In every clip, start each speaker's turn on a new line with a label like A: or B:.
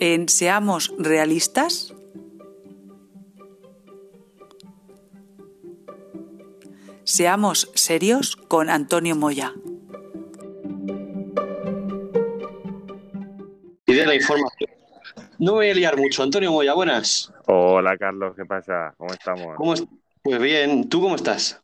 A: en Seamos Realistas. Seamos serios con Antonio Moya.
B: Y de la información. No me voy a liar mucho. Antonio Moya, buenas.
C: Hola Carlos, ¿qué pasa? ¿Cómo estamos?
B: ¿Cómo es- Pues bien, ¿tú cómo estás?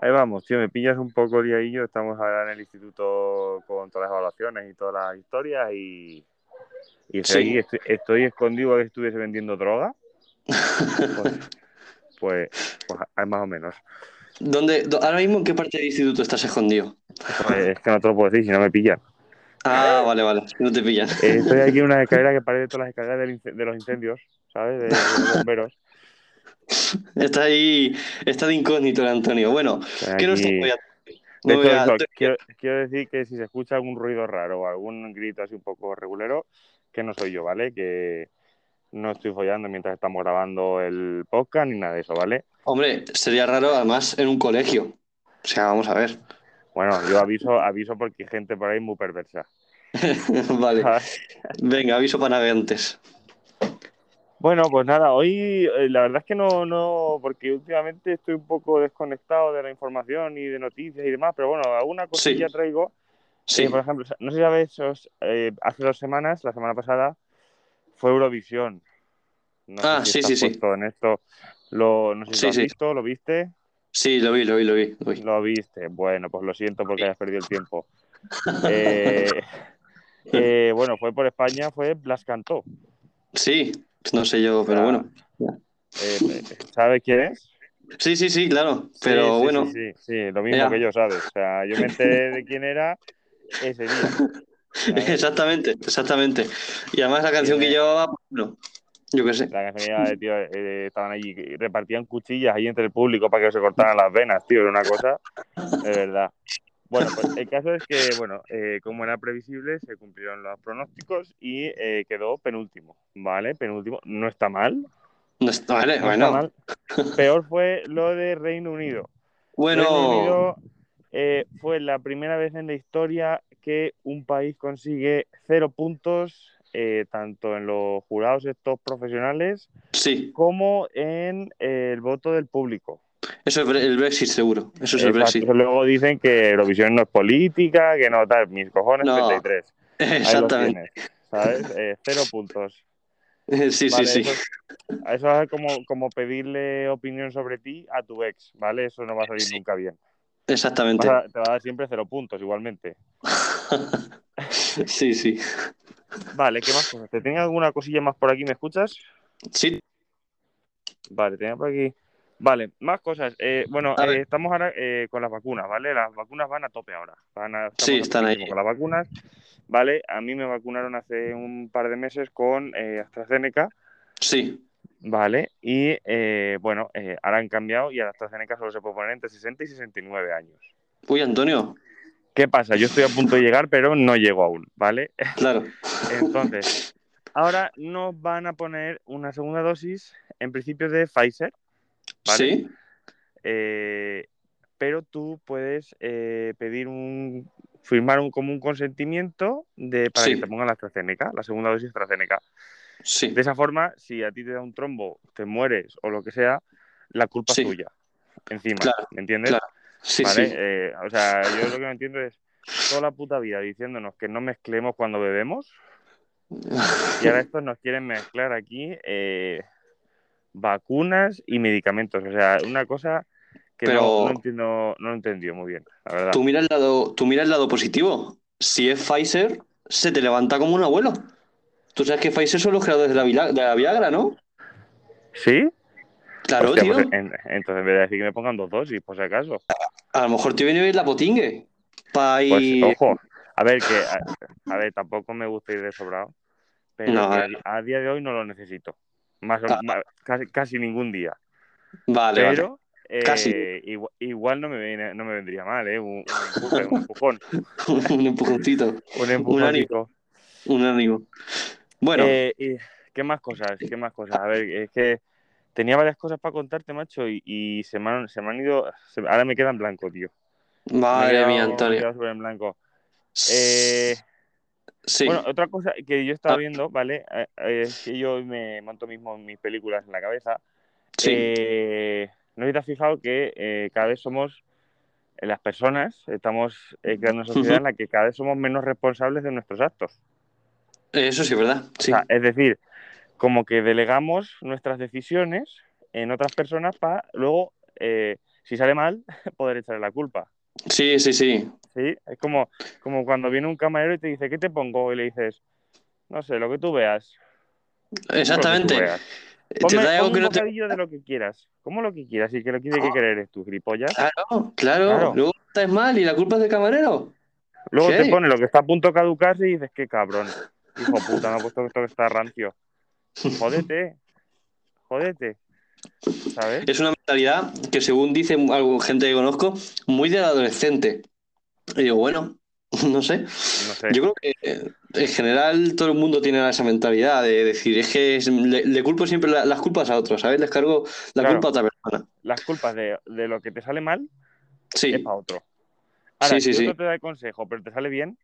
C: Ahí vamos, tío, me pillas un poco liadillo. Estamos ahora en el instituto con todas las evaluaciones y todas las historias y... Y
B: Sí.
C: seguí, estoy, estoy escondido a que estuviese vendiendo droga. Pues, pues, pues, hay más o menos.
B: ¿Dónde, do- ¿Ahora mismo en qué parte del instituto estás escondido?
C: Eh, Es que no te lo puedo decir si no me pillan.
B: Ah, vale, vale, no te pillan.
C: Eh, estoy aquí en una escalera que parece todas las escaleras del ince- de los incendios, ¿sabes? De, de los bomberos.
B: Está ahí, está de incógnito el Antonio. Bueno,
C: Estoy
B: que no está
C: aquí-
B: voy a-
C: De
B: no
C: hecho,
B: voy a-
C: eso, quiero, quiero decir que si se escucha algún ruido raro o algún grito así un poco regulero, que no soy yo, ¿vale? Que no estoy follando mientras estamos grabando el podcast ni nada de eso, ¿vale?
B: Hombre, sería raro además en un colegio. O sea, vamos a ver.
C: Bueno, yo aviso, aviso porque hay gente por ahí muy perversa.
B: Vale,
C: ¿sabes?
B: venga, aviso para navegantes.
C: Bueno, pues nada, hoy eh, la verdad es que no, no, porque últimamente estoy un poco desconectado de la información y de noticias y demás, pero bueno, alguna cosilla traigo.
B: Sí,
C: Eh, por ejemplo, no sé si sabéis, os- eh, hace dos semanas, la semana pasada, fue Eurovisión. No sé
B: Ah,
C: si
B: sí,
C: estás
B: sí, sí.
C: puesto En esto, lo, no sé si
B: Sí,
C: lo has
B: sí.
C: visto, lo viste,
B: sí, lo vi, lo vi, lo vi. lo vi.
C: lo viste. Bueno, pues lo siento porque hayas perdido el tiempo. Eh, eh, bueno, fue por España, fue Blas Cantó.
B: Sí, pues no sé yo, pero
C: Ah.
B: bueno.
C: Eh, ¿Sabes quién es?
B: Sí, sí, sí, claro.
C: Sí,
B: Pero
C: sí, sí,
B: bueno,
C: Sí, sí, lo mismo
B: Ya.
C: que yo, ¿sabes? O sea, yo me enteré de quién era ese día. ¿sabes?
B: exactamente, exactamente. Y además la canción que
C: Tiene-
B: llevaba, no, yo qué sé.
C: La canción que llevaba de tío, eh, estaban allí, que repartían cuchillas ahí entre el público para que se cortaran las venas, tío, era una cosa de verdad. Bueno, pues el caso es que, bueno, eh, como era previsible, se cumplieron los pronósticos y eh, quedó penúltimo, ¿vale? Penúltimo, no está mal,
B: No está, vale,
C: no
B: bueno.
C: está mal. Peor fue lo de Reino Unido. Reino
B: Bueno,
C: Unido eh, fue la primera vez en la historia que un país consigue cero puntos, eh, tanto en los jurados estos profesionales
B: sí,
C: como en eh, el voto del público.
B: eso es bre- el Brexit seguro. Eso es el
C: Exacto.
B: Brexit.
C: Luego dicen que Eurovisión no es política, que no tal, mis cojones,
B: No.
C: 33. Ahí
B: Exactamente.
C: lo tienes, ¿sabes? Eh, cero puntos.
B: Sí,
C: Vale, pues,
B: sí, sí.
C: Eso, eso es como, como pedirle opinión sobre ti a tu ex, ¿vale? Eso no va a salir
B: Sí.
C: nunca bien.
B: Exactamente.
C: Vas a- te va a dar siempre cero puntos igualmente.
B: Sí, sí.
C: Vale, ¿qué más cosas? ¿Te tenía alguna cosilla más por aquí? ¿Me escuchas?
B: Sí,
C: Vale, tenía por aquí. Vale, más cosas. Eh, bueno,
B: A ver.
C: eh, estamos ahora eh, con las vacunas, ¿vale? Las vacunas van a tope ahora. Van a- estamos
B: Sí,
C: a
B: están
C: topísimo
B: ahí.
C: Con las vacunas, ¿vale? A mí me vacunaron hace un par de meses con eh, AstraZeneca,
B: sí.
C: ¿vale? Y eh, bueno, eh, ahora han cambiado y a la AstraZeneca solo se puede poner entre 60 y 69 años.
B: Uy, Antonio,
C: ¿Qué pasa? Yo estoy a punto de llegar, pero no llego aún, ¿vale?
B: claro.
C: Entonces, ahora nos van a poner una segunda dosis, en principio de Pfizer. Vale.
B: Sí,
C: eh, pero tú puedes eh, pedir un firmar un como un consentimiento de para
B: Sí.
C: que te pongan la AstraZeneca, la segunda dosis AstraZeneca.
B: sí.
C: De esa forma, si a ti te da un trombo, te mueres o lo que sea, la culpa
B: Sí.
C: es tuya. Encima,
B: Claro,
C: ¿me entiendes?
B: claro. Sí,
C: ¿Vale?
B: sí.
C: Eh, o sea, yo lo que no entiendo es toda la puta vida diciéndonos que no mezclemos cuando bebemos y ahora estos nos quieren mezclar aquí eh, vacunas y medicamentos. O sea, una cosa que no-
B: Pero-
C: no, entiendo, no lo entendió muy bien, la verdad.
B: Tú mira el lado, tú mira el lado positivo. Si es Pfizer, se te levanta como un abuelo. Tú sabes que Pfizer son los creadores de la, Vila- de la Viagra, ¿no?
C: ¿Sí?
B: Claro,
C: Hostia,
B: tío.
C: pues en- entonces en vez de decir que me pongan dos dosis, por si acaso.
B: A lo mejor te viene la potingue. Pa'
C: Pues
B: ir-
C: ojo, a ver que a, a ver, tampoco me gusta ir de sobrado, pero
B: No,
C: que a,
B: eh.
C: a día de hoy no lo necesito. Más o-
B: Ah.
C: más- casi, casi ningún día.
B: Vale, vale.
C: pero eh,
B: Casi.
C: igual, igual no me viene- no me vendría mal, eh. Un, un empuje, un empujón.
B: un empujoncito,
C: Un empujoncito.
B: un ánimo. Bueno,
C: Eh, y- ¿Qué más cosas? ¿Qué más cosas? A ver, es que tenía varias cosas para contarte, macho, y, y se, me han, se me han ido. se- ahora me queda en blanco, tío. Me he
B: madre
C: quedado-
B: mía,
C: me he
B: Antonio.
C: quedado súper en blanco. Eh,
B: Sí.
C: Bueno, otra cosa que yo estaba
B: Ah.
C: viendo, ¿vale? Eh, eh, Es que yo me monto mismo mis películas en la cabeza.
B: sí.
C: Eh, ¿No habéis fijado que eh, cada vez somos eh, las personas, estamos eh, creando una sociedad en la que cada vez somos menos responsables de nuestros actos?
B: Eso sí es verdad.
C: O
B: Sí.
C: sea, es decir, como que delegamos nuestras decisiones en otras personas para luego, eh, si sale mal, poder echarle la culpa.
B: sí, sí, sí.
C: ¿sí? Es como, como cuando viene un camarero y te dice, ¿qué te pongo? Y le dices, no sé, lo que tú veas.
B: Exactamente. Eh,
C: Lo que tú veas.
B: Te
C: Ponme-
B: trae algo
C: ponme
B: que
C: un
B: no te.
C: bocadillo de lo que quieras. ¿Cómo lo que quieras? Y que lo que tiene que
B: Ah.
C: querer es tu gilipollas.
B: Claro, claro.
C: Claro.
B: Luego estás mal y la culpa es del camarero.
C: Luego
B: Sí.
C: te pone lo que está a punto de caducarse y dices, qué cabrón. Hijo puta, me ha puesto esto que está rancio. Jódete. Jódete. ¿Sabes?
B: Es una mentalidad que, según dice algo- gente que conozco, muy del adolescente. Y digo, bueno, no sé.
C: No sé.
B: Yo creo que eh, en general todo el mundo tiene esa mentalidad de decir, es que es- le, le culpo siempre la- las culpas a otros, ¿sabes? Les cargo la
C: Claro.
B: culpa a otra persona.
C: Las culpas de, de lo que te sale mal
B: Sí.
C: es para otro. Ahora,
B: Sí, sí,
C: si
B: sí.
C: otro te da el consejo, pero te sale bien,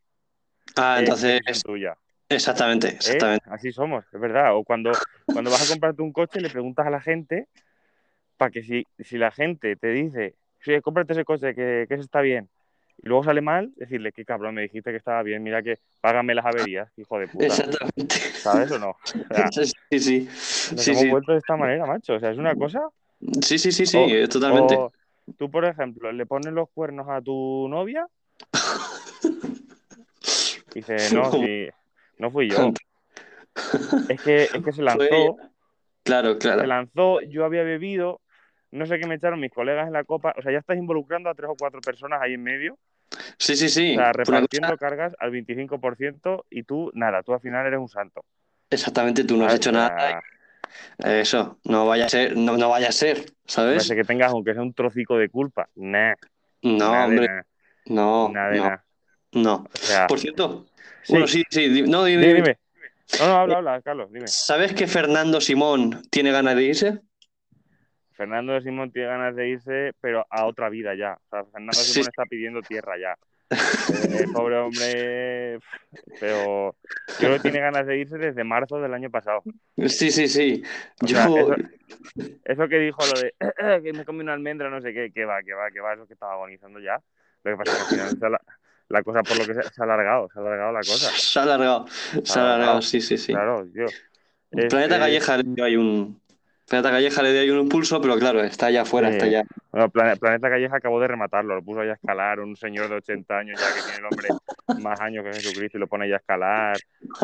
B: Ah,
C: es
B: entonces,
C: decisión tuya.
B: exactamente,
C: ¿eh?
B: exactamente.
C: Así somos, es verdad. O cuando, cuando vas a comprarte un coche, le preguntas a la gente para que si, si la gente te dice, sí, cómprate ese coche, que, que ese está bien, y luego sale mal, decirle, qué cabrón, me dijiste que estaba bien, mira que págame las averías, hijo de puta.
B: Exactamente.
C: ¿Sabes o no? O sea,
B: Sí, sí.
C: nos
B: Sí,
C: hemos
B: sí.
C: vuelto de esta manera, macho. O sea, es una cosa.
B: Sí, sí, sí, sí,
C: O-
B: eh, totalmente.
C: o tú, por ejemplo, le pones los cuernos a tu novia y dice, no, sí, no fui yo. Es que, es que se
B: Fue
C: lanzó.
B: ella. Claro,
C: se
B: claro.
C: lanzó, yo había bebido, no sé qué me echaron mis colegas en la copa, o sea, ya estás involucrando a tres o cuatro personas ahí en medio,
B: Sí, sí, sí. Fue
C: o sea,
B: una cosa-
C: repartiendo cargas al 25% y tú, nada, tú al final eres un santo.
B: Exactamente, tú no has
C: ¿sabes?
B: hecho
C: O sea,
B: nada. Eso, no vaya a ser, no, no vaya a ser,
C: No
B: ¿sabes?
C: sé que tengas, aunque sea un trocico de culpa, nah,
B: No,
C: nada, de
B: hombre,
C: nada,
B: no,
C: nada, de
B: no,
C: nada.
B: no.
C: O sea,
B: Por cierto,
C: Ah. sí,
B: bueno, sí, sí, di- no, dime,
C: dime, Eh,
B: dime.
C: dime. No, no, habla, habla, Carlos, dime.
B: ¿Sabes que Fernando Simón tiene ganas de irse?
C: Fernando de Simón tiene ganas de irse, pero a otra vida ya. O sea, Fernando
B: Sí.
C: Simón está pidiendo tierra ya. Eh, el pobre hombre, pero yo creo que tiene ganas de irse desde marzo del año pasado.
B: Sí, sí, sí.
C: O
B: Yo,
C: sea, eso, eso que dijo lo de que me comí una almendra, no sé qué, que va, que va, que va, eso que estaba agonizando ya. Lo que pasa es que al final se ala- la, cosa por lo que se, se ha alargado, se ha alargado la cosa.
B: se ha alargado, se ha alargado, sí, sí, sí.
C: Claro, tío. Este, Es-
B: Planeta
C: es-
B: Calleja le dio ahí un. Planeta Calleja le dio ahí un impulso, pero claro, está allá afuera,
C: Sí.
B: está allá.
C: Bueno, Plane- Planeta Calleja acabó de rematarlo, lo puso ahí a escalar, un señor de 80 años ya que tiene el hombre más años que Jesucristo y lo pone ahí a escalar.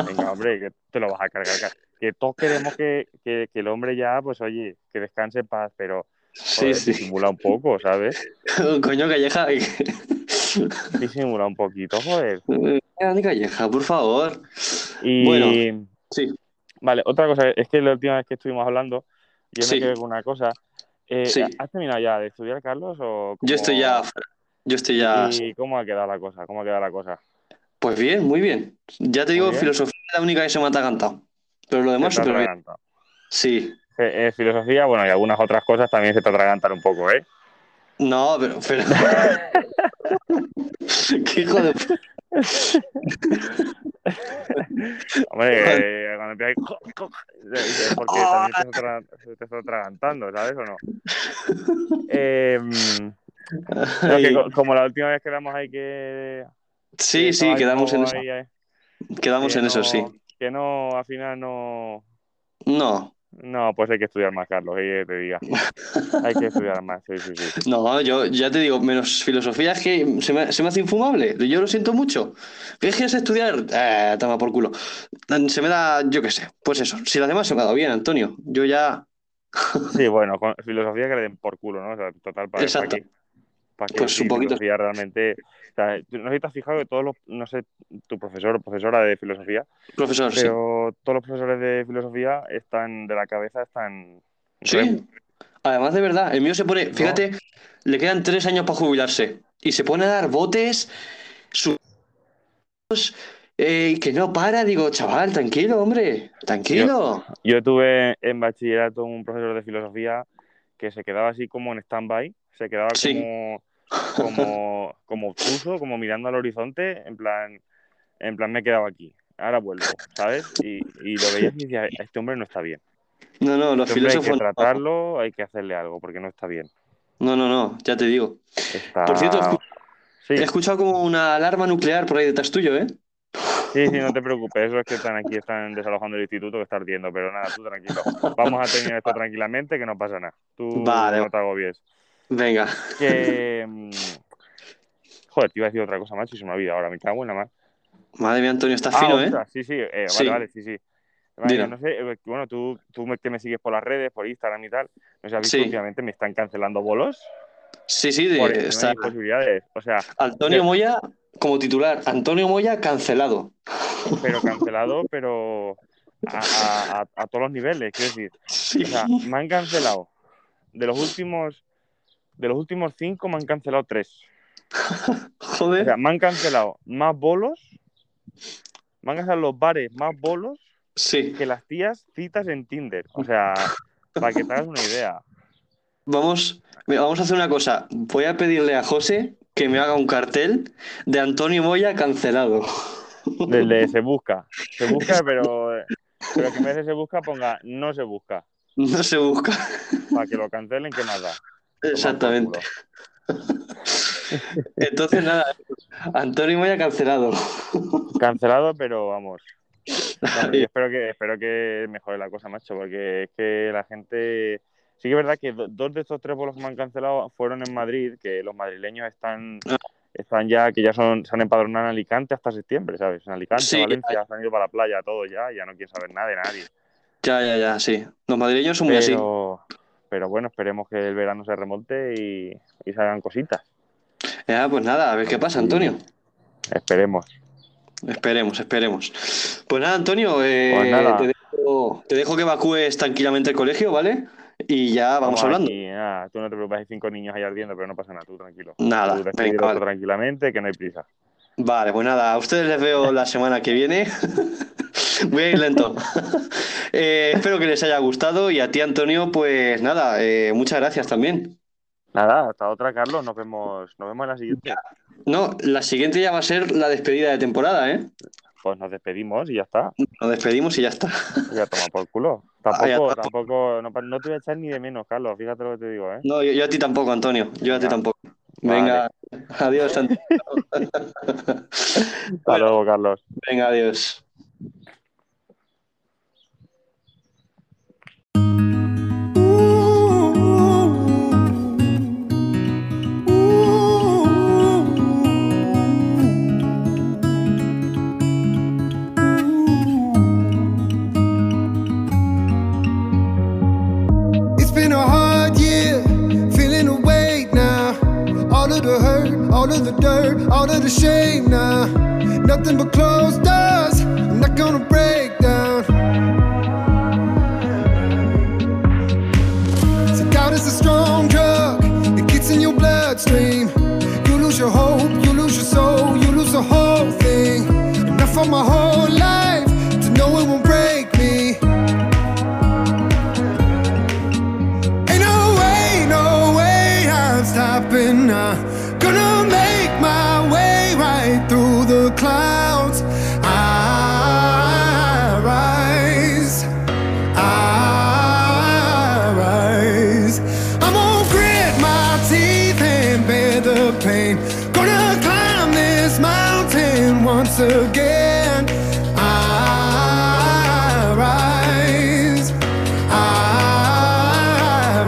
C: Venga, hombre, que te lo vas a cargar. ca- Que todos queremos que, que- que el hombre ya, pues oye, que descanse en paz, pero
B: Sí,
C: joder,
B: sí.
C: disimula un poco, ¿sabes?
B: Coño, Calleja. eh,
C: Disimula un poquito, joder.
B: Grande Calleja, por favor.
C: Y
B: Bueno, sí.
C: vale, otra cosa, es que la última vez que estuvimos hablando, yo
B: Sí.
C: me quedé con una cosa. Eh,
B: Sí.
C: ¿Has terminado ya de estudiar, Carlos? O cómo-
B: Yo estoy ya afuera. Yo estoy ya.
C: ¿Y cómo ha quedado la cosa? ¿Cómo ha quedado la cosa?
B: Pues bien, muy bien. Ya te
C: Muy
B: digo,
C: bien.
B: filosofía es la única que se me ha atragantado. Pero lo demás,
C: ¿Qué te
B: súper bien.
C: atraganta?
B: Sí.
C: Eh, eh, filosofía, bueno, y algunas otras cosas también se te atragantan un poco, ¿eh?
B: No, pero. pero... Qué hijo de. pu-
C: Hombre, eh, cuando empiezas ahí, dices, porque
B: Oh.
C: también te está atra- se te está atragantando, ¿sabes o no? Eh, mm, no, que
B: Ay.
C: co- como la última vez quedamos ahí que...
B: Sí,
C: que
B: sí,
C: estaba
B: quedamos en
C: como
B: eso.
C: ahí, eh,
B: Quedamos
C: que
B: en eso,
C: no-
B: sí.
C: Que no, al final no...
B: No,
C: No, pues hay que estudiar más, Carlos, eh, te diga. Hay que estudiar más, sí, sí, sí.
B: no, yo ya te digo, menos filosofía es que se me, se me hace infumable. Yo lo siento mucho. ¿Qué es que es estudiar? Eh, toma por culo. Mm, Se me da, yo qué sé. Pues eso. Si las demás se me ha dado bien, Antonio. Yo ya.
C: Sí, bueno, con filosofía que le den por culo, ¿no? O sea, total, para, para
B: Exacto.
C: que, para que
B: Pues un
C: sí,
B: poquito.
C: filosofía realmente... o sea, ¿tú no sé si te has fijado que todos los, no sé, tu profesor o profesora de filosofía,
B: Profesor, sí.
C: pero todos los profesores de filosofía están de la cabeza, están... remo.
B: Sí. Además, de verdad, el mío se pone, fíjate, le quedan tres años para jubilarse y se pone a dar botes, sus. eh, que no para, digo, chaval, tranquilo, hombre, tranquilo.
C: Yo tuve en bachillerato un profesor de filosofía que se quedaba así como en stand-by, se quedaba
B: Sí.
C: como, como, como obtuso, como mirando al horizonte, en plan, en plan me he quedado aquí. ahora vuelvo, ¿sabes? Y, y lo veías y decías, este hombre no está bien.
B: No, no, los
C: Este hombre hay
B: filósofos.
C: que
B: no.
C: tratarlo, hay que hacerle algo, porque no está bien.
B: No, no, no, ya te digo.
C: Está-
B: Por cierto, escu-
C: sí,
B: He escuchado como una alarma nuclear por ahí detrás tuyo, ¿eh?
C: sí, sí, no te preocupes, eso es que están aquí, están desalojando el instituto que está ardiendo, pero nada, tú tranquilo. Vamos a terminar esto tranquilamente, que no pasa nada. Tú
B: Vale.
C: no te agobies.
B: Venga.
C: Que... mm, Joder, te iba a decir otra cosa, macho, y se me olvida ahora, me cago en la mar.
B: Madre mía, Antonio, está
C: Ah,
B: fino, ¿eh?
C: ostras, Sí, sí, eh, vale,
B: Sí.
C: vale, sí, sí. Vale,
B: Dilo.
C: no sé, eh, bueno, tú, tú me- que me sigues por las redes, por Instagram y tal, no sé, has visto
B: Sí.
C: últimamente me están cancelando bolos
B: Sí, sí, de-
C: por eh,
B: está.
C: posibilidades. O sea,
B: Antonio Moya como titular. Antonio Moya cancelado.
C: pero cancelado, pero a, a- a- a todos los niveles, quiero decir.
B: Sí.
C: O sea, me han cancelado. De los últimos, de los últimos cinco me han cancelado tres. O
B: Joder.
C: sea, me han cancelado más bolos, me han cancelado los bares más bolos
B: Sí.
C: que las tías citas en Tinder. O sea, para que te hagas una idea.
B: Vamos, mira, vamos a hacer una cosa. Voy a pedirle a José que me haga un cartel de Antonio Moya cancelado.
C: Desde se busca. Se busca, pero, pero que en vez de se busca ponga no se busca.
B: No se busca.
C: Para que lo cancelen, que nada.
B: Exactamente. Entonces, nada. Antonio Moya cancelado.
C: Cancelado, pero vamos. No, pero yo espero que, espero que mejore la cosa, macho, porque es que la gente. Sí que es verdad que do- dos de estos tres bolos que me han cancelado fueron en Madrid, que los madrileños están,
B: Ah.
C: están ya, que ya son, se han empadronado en Alicante hasta septiembre, ¿sabes? En Alicante,
B: Sí,
C: Valencia, se han ido para la playa, todo ya, ya no quieren saber nada de nadie.
B: Ya, ya, ya, sí. Los madrileños son muy así.
C: Pero, pero bueno, esperemos que el verano se remonte y, y salgan cositas.
B: Ya, pues nada, a ver qué pasa, Antonio.
C: Esperemos.
B: Esperemos, esperemos. Pues nada, Antonio, eh,
C: Pues nada.
B: Te, dejo, te dejo que evacúes tranquilamente el colegio, ¿vale? Y ya Ah, vamos hablando.
C: aquí, nada, tú no te preocupes, hay cinco niños ahí ardiendo, pero no pasa nada, tú tranquilo.
B: Nada,
C: Tú
B: venga,
C: despídelo
B: vale.
C: tranquilamente, que no hay prisa.
B: Vale, pues nada, a ustedes les veo la semana que viene. Voy a ir lento. Eh, espero que les haya gustado y a ti, Antonio, pues nada, eh, muchas gracias también.
C: Nada, hasta otra, Carlos. Nos vemos, nos vemos en la siguiente.
B: No, la siguiente ya va a ser la despedida de temporada, ¿eh?
C: Pues nos despedimos y ya está.
B: Nos despedimos y ya está.
C: Ya toma por culo.
B: Ah, ya
C: Tampoco,
B: está.
C: tampoco, no, pa- no te voy a echar ni de menos, Carlos. Fíjate lo que te digo, ¿eh?
B: No, yo, yo a ti tampoco, Antonio. Yo a ti
C: Venga.
B: tampoco.
C: Vale.
B: Venga, adiós, Antonio.
C: Hasta luego, Carlos.
B: Venga, adiós.
D: It's been a hard year, feeling awake now. All of the hurt, all of the dirt, all of the shame now. Nothing but closed doors, I'm not gonna break down. So doubt is a strong drug, it gets in your bloodstream. You lose your hope, you lose your soul, you lose the whole thing. Enough for my whole life to know it won't break me. Ain't no way, no way I'm stopping now. Gonna make my way right through the clouds. I rise, I rise. I'm gonna grit my teeth and bear the pain. Gonna climb this mountain once again. I rise. I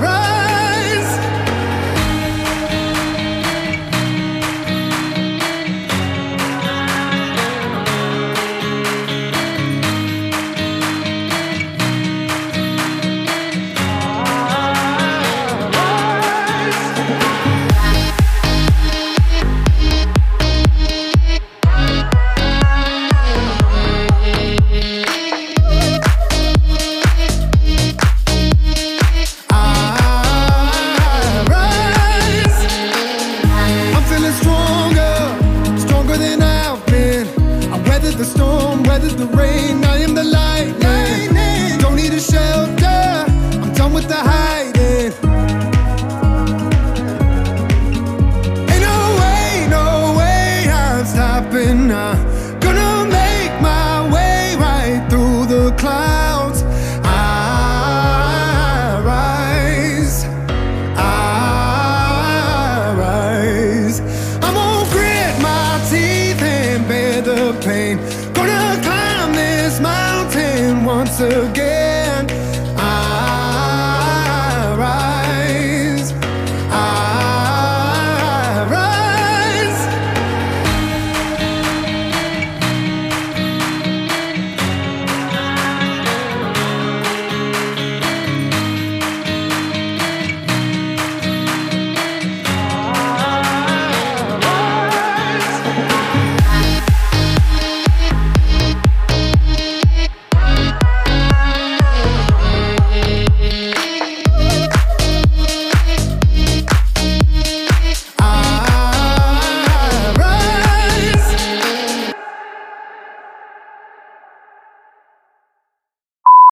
D: rise. I rise. I'm feeling stronger, stronger than I've been. I weathered the storm, weathered the rain. I am the lightning. Don't need a shelter. I'm done with the hiding. Ain't no way, no way I'm stopping now.